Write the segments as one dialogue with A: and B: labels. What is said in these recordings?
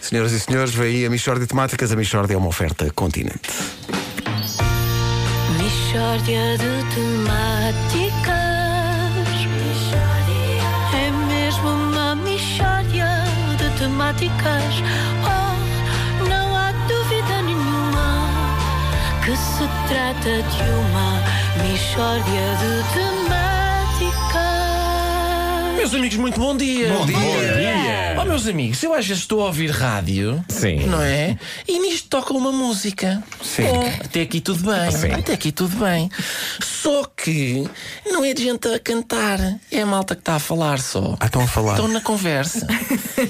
A: Senhoras e senhores, vem aí a Michórdia de Temáticas. A Michórdia é uma oferta continente.
B: Mishória de temáticas É mesmo uma mishória de temáticas Oh, não há dúvida nenhuma Que se trata de uma mishória de temáticas
C: Meus amigos, muito bom dia.
A: Bom dia. Bom
C: dia. Oh, meus amigos, eu às vezes estou a ouvir rádio,
D: Sim.
C: não é? E nisto toca uma música.
A: Sim.
C: Oh, até aqui tudo bem.
D: Sim.
C: Até aqui tudo bem. Só que não é de gente a cantar, é a malta que está a falar só.
A: Ah, estão a falar.
C: Estão na conversa.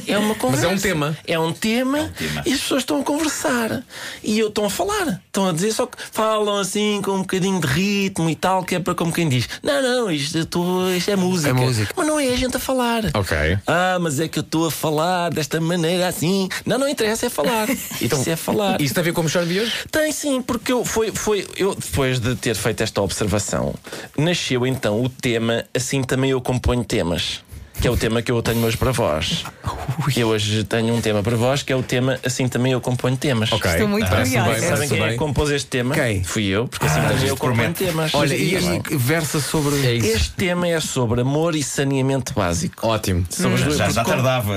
C: É uma conversa.
D: é um tema.
C: É um tema, e as pessoas estão a conversar. E eu estão a falar. Estão a dizer, só que falam assim com um bocadinho de ritmo e tal, que é para como quem diz: Não, não, isto, eu tô- isto é música.
A: É música.
C: Mas não é a gente a falar.
D: Ok.
C: Ah, mas é que eu estou a falar desta maneira assim. Não, não interessa, é falar.
A: Então,
C: Isso é falar.
D: Isso tem a ver com o Michor de hoje?
C: Tem sim, porque eu, foi, foi, eu, depois de ter feito esta observação, nasceu então o tema Assim Também Eu Componho Temas, que é o tema que eu tenho hoje para vós. Eu hoje tenho um tema para vós, que é o tema Assim Também Eu Componho Temas.
E: Estou muito
D: Parece-me
E: curiosa.
D: bem,
C: Sabem
D: parece-me
C: quem é que
D: bem.
C: compôs este tema?
A: Quem?
C: Fui eu, porque assim também eu componho temas.
A: Olha,
C: Mas
A: e
C: este-
A: este versa sobre.
D: É isso.
C: este tema é sobre amor e saneamento básico.
D: Ótimo.
C: Sobre os dois-
F: Já, já
C: porque-
F: tardava.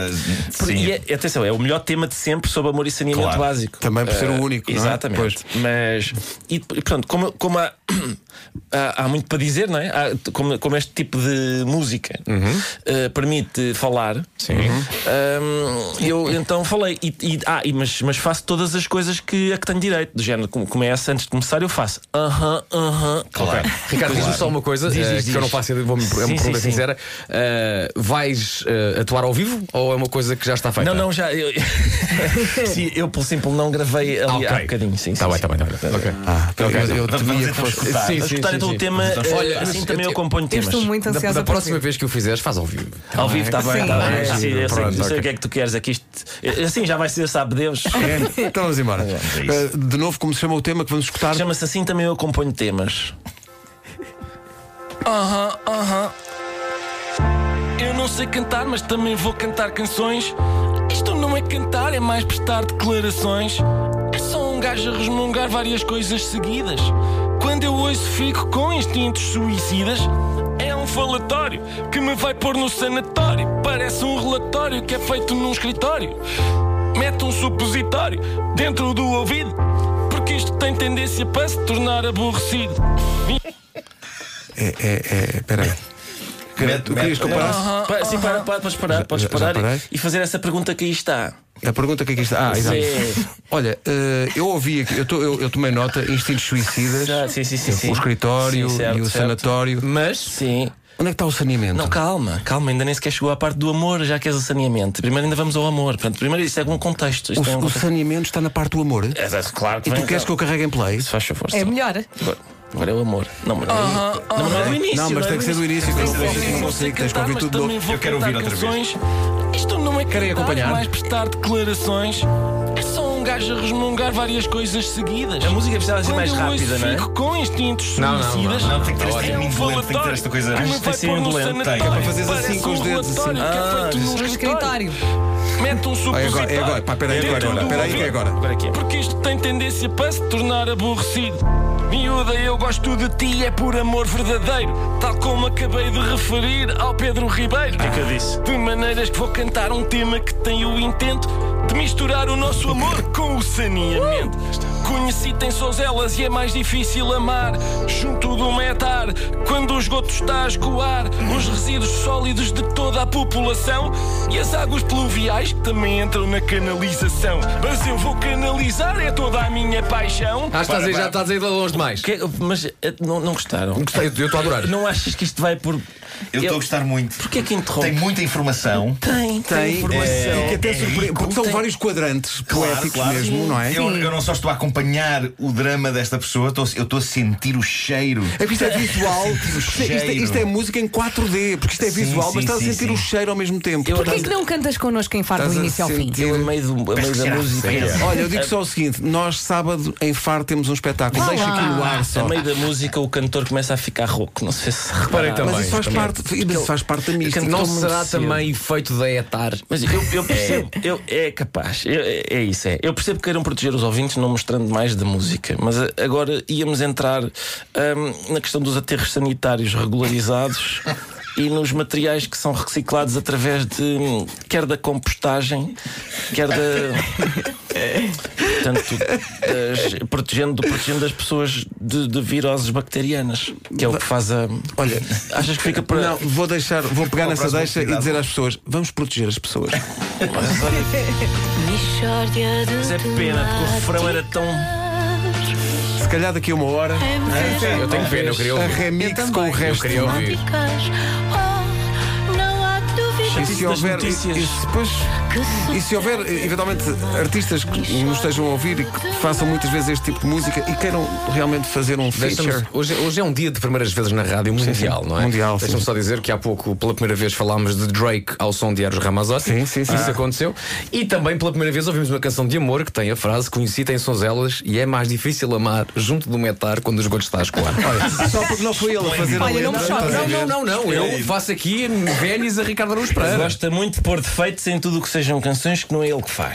C: porque-
F: Sim.
C: e é- atenção, é o melhor tema de sempre sobre amor e saneamento
F: Claro.
C: básico.
A: Também por ser o
C: Ah,
A: único, não é?
C: Exatamente.
A: Pois.
C: Mas, e, e, portanto, como, como há, há, há muito para dizer, não é? Há- como, como este tipo de música eh, permite falar, ahm, eu então falei. E, e- ah, e, mas, mas faço todas as coisas que, a que tenho direito. Do género, como começa antes de começar, eu faço aham, aham.
F: Claro.
D: Ricardo, diz-me só uma coisa
C: Diz,
D: eh,
C: diz, diz.
D: que eu não faço ideia, vou-me é
C: Sim,
D: uma pergunta
C: sim, sim.
D: sincera. Eh, vais eh, atuar ao vivo ou é uma coisa que já está feita?
C: Não, não, já. Eu, sim, eu, por exemplo, não gravei ali
D: Ok.
C: há bocadinho. Sim,
D: Está
C: sim,
D: bem,
C: sim.
D: está bem, está bem. Ok.
A: Ah, eu, eu, eu
F: Vamos
A: temia que
F: então
A: fosse.
F: escutar.
D: Sim,
C: Vamos escutar então o tema. eh,
D: Olha,
C: assim
D: eu-
C: também eu,
D: eu-
C: componho
E: Eu
C: temas.
E: estou muito
D: Da,
E: ansiosa
D: da
E: para
D: próxima
E: ouvir.
D: vez que o fizeres, faz ao vivo.
C: Ao vivo, está bem,
E: Sim.
C: está bem.
E: Ah,
C: é? Sim, eu sei,
A: pronto,
C: eu
A: ok.
C: sei o que é que tu queres aqui. isto- Assim já vai ser, sabe Deus.
A: Então vamos embora.
C: É
F: isso.
A: Uh, de novo, como se chama o tema que vamos escutar?
C: Chama-se assim também eu componho temas. Aham, aham. Eu não sei cantar, mas também vou cantar canções. Isto não é cantar, é mais prestar declarações. É só um gajo a resmungar várias coisas seguidas. Quando eu ouço, fico com instintos suicidas. É um falatório que me vai pôr no sanatório. Parece um relatório que é feito num escritório. Mete um supositório dentro do ouvido, porque isto tem tendência para se tornar aborrecido.
A: É, é, é. Peraí.
F: Mete-
A: Tu querias
F: mete-
A: que eu parasse?
C: Pa- sim, para, para, podes parar, podes
A: já- já
C: parar e-
A: parei?
C: e fazer essa pergunta que aí está.
A: A pergunta que aqui está. Ah,
C: Sim.
A: exato. Olha, eh, eu ouvi aqui, eu, tô- eu- eu tomei nota, instintos suicidas,
C: Já, Ah, sim, sim, sim, sim.
A: o escritório
C: Sim, certo,
A: e o
C: certo.
A: sanatório.
D: Mas.
C: Sim.
A: Onde é que está o saneamento?
C: Não, calma, calma, ainda nem sequer chegou à parte do amor, já que és o saneamento. Primeiro ainda vamos ao amor. Portanto, primeiro isso é um contexto. Isto é um
A: o, o
C: contexto.
A: saneamento está na parte do amor. E
C: É, é, claro que
A: tu
C: vem-
A: queres que eu carregue em play?
C: Se faz favor.
E: É
C: sim.
E: melhor. Ah,
C: Agora, agora é o amor. Não, mas não é- não, mas não é o início.
A: não, mas
C: é
A: tem
C: o
A: que ser do início, que eu não consigo, não consigo, tens que ouvir
C: mas
A: tudo de
C: também
A: novo.
C: vou
F: Eu quero ouvir
C: cantar
F: outra vez.
C: canções. Isto não é Querem
A: acompanhar?
C: mais prestar declarações. É só um gajo a resmungar várias coisas seguidas. A música precisava ser mais rápida, não é? Fico com instintos
D: Não, não, não,
C: suicidas.
F: não, tem que ter
C: É
F: este
C: um
F: mim violento, tem que ter esta coisa.
C: falatório que
F: Acho
C: me
F: que
C: vai
F: tem que ser
C: pôr no
F: indolente, tem.
C: sanatório.
F: É para
A: fazeres assim
C: Parece
A: com os
C: um
A: dedos, assim.
C: relatório que é feito
E: No
C: num
E: escritório.
C: Mete um
A: Ah, é
C: supositório.
A: agora, é agora. Pá, peraí, que é
C: dentro
A: agora,
C: do
A: peraí, que é agora.
C: Porque isto tem tendência para se tornar aborrecido. Miúda, eu gosto de ti, é por amor verdadeiro. Tal como acabei de referir ao Pedro Ribeiro. O que é que eu disse? De maneiras que vou cantar um tema que tem o intento de misturar o nosso amor com o saneamento. Conheci tem elas e é mais difícil amar. Junto do metar, quando o esgoto está a escoar, os resíduos sólidos de toda a população e as águas pluviais que também entram na canalização. Mas eu vou canalizar, é toda a minha paixão.
D: Acho que estás aí- já estás aí de longe demais.
C: mas eh, não, gostaram?
D: Gostei, Eu estou a adorar.
C: Não achas que isto vai por.
F: Eu estou a gostar muito.
C: Porquê que
F: Tem
C: interrompe?
F: muita informação.
C: Tem, tem,
A: Tem,
C: informação.
A: e que até
F: é
A: surpreende,
F: rico,
A: porque são
C: tem-
A: vários quadrantes
F: Claro,
A: poéticos
F: claro.
A: mesmo, não é?
F: Eu, eu não só estou a acompanhar o drama desta pessoa, tô- eu estou a sentir o cheiro.
A: É porque isto é visual. isto, isto é,
F: cheiro.
A: isto é música em 4D, porque isto é
F: Sim,
A: visual,
F: sim,
A: mas estás a
F: sim,
A: sentir
F: sim.
A: o cheiro ao mesmo tempo.
C: Eu-
A: Portanto,
E: Porquê que não cantas connosco em Faro do
A: Estás a
E: início ao fim?
A: sentir-
C: Eu a meio, do, a meio da
F: Será? é?
C: música.
F: Será?
A: Olha, eu digo só o seguinte: nós sábado em Faro temos um espetáculo.
E: Olá.
A: Deixa aqui no ar só.
C: A É meio da música o cantor começa a ficar rouco. Não sei se
D: Reparei
C: reparem.
D: também.
A: Mas isso faz parte, mas isso faz parte da mística.
D: Não
A: Todo mundo
D: será
A: percebe.
D: também efeito da ETAR?
C: Mas eu, eu percebo, eu, é capaz, eu- é, é isso, é. Eu percebo que queiram proteger os ouvintes não mostrando mais de música, mas a- agora íamos entrar hum, na questão dos aterros sanitários regularizados e nos materiais que são reciclados através de hum, quer da compostagem, quer da. Portanto, das- protegendo, protegendo as pessoas de, de viroses bacterianas, que é o que faz a.
A: Olha,
C: Achas que fica para.
A: Não, vou deixar, vou pegar
F: Uma
A: nessa
F: próxima
A: deixa e
F: oportunidade.
A: dizer às pessoas: vamos proteger as pessoas.
B: Michórdia de
C: Mas é pena, porque o refrão era tão.
B: temáticas.
A: Se calhar daqui a uma hora,
B: É mesmo
D: Eu tenho pena, eu queria
A: a
D: ouvir.
A: remix
E: também.
A: com o
E: Eu
A: resto.
D: queria
A: não é?
D: ouvir.
B: Oh, não há
A: E
B: dúvida
A: se
C: das
A: houver, e,
C: notícias.
A: e se depois,
B: que
A: e se houver eh, eventualmente artistas que nos estejam a ouvir e que façam muitas vezes este tipo de música e queiram realmente fazer um
D: Deixa-me-
A: feature.
D: Hoje, hoje é um dia de primeiras vezes na rádio mundial, não é?
A: Mundial,
D: Deixa-me
A: sim.
D: só dizer que há pouco, pela primeira vez, falámos de Drake ao som de Eros Ramazzotti.
A: Sim, sim, sim.
D: Isso
A: Ah.
D: aconteceu. E também, pela primeira vez, ouvimos uma canção de amor que tem a frase Conheci-te em Sonzelas e é mais difícil amar junto de um etar quando o esgoto está a escoar.
A: Só porque não foi ele a fazer a É
E: Olha, não
A: letra.
E: me choques.
D: não, não, não, não. Eu faço aqui Vénis a Ricardo Araújo
C: Ele
D: Pereira.
C: Gosta muito de pôr defeitos em tudo o que sejam canções que não é ele que faz.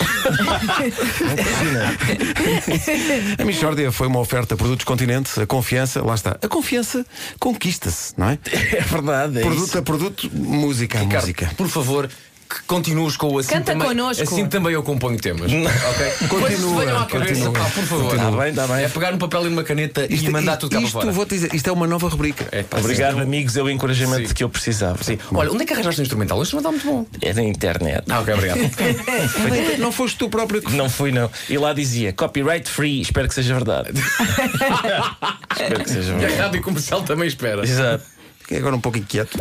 A: A Michórdia foi uma oferta a Produtos Continente, a confiança, lá está. A confiança conquista-se, não é?
C: É verdade, é
A: produto a produto, música a
D: Ricardo,
A: música.
D: por favor. que Continuas com o assim
E: Canta
D: também.
E: connosco.
D: Assim também eu componho temas. Ok? Coisas que venham à cabeça,
A: continua,
D: pá, por favor.
C: continua. Tá bem, tá bem.
D: É pegar um papel e uma caneta e mandar tudo cá para
A: isto
D: fora.
A: vou-te dizer, isto é uma nova rubrica.
D: É, pá,
C: Obrigado,
D: sim.
C: amigos, é o encorajamento
D: Sim.
C: que eu precisava. Sim.
D: Olha, onde é que arranjaste o instrumental? O instrumental é muito bom.
C: É na internet.
D: Ah, ok, obrigado.
A: Não foste tu próprio que.
C: Não fui, não. E lá dizia copyright free. Espero que seja verdade. Espero que seja
D: e
C: verdade.
D: a rádio comercial também espera.
C: Exato.
A: Fiquei agora um pouco inquieto.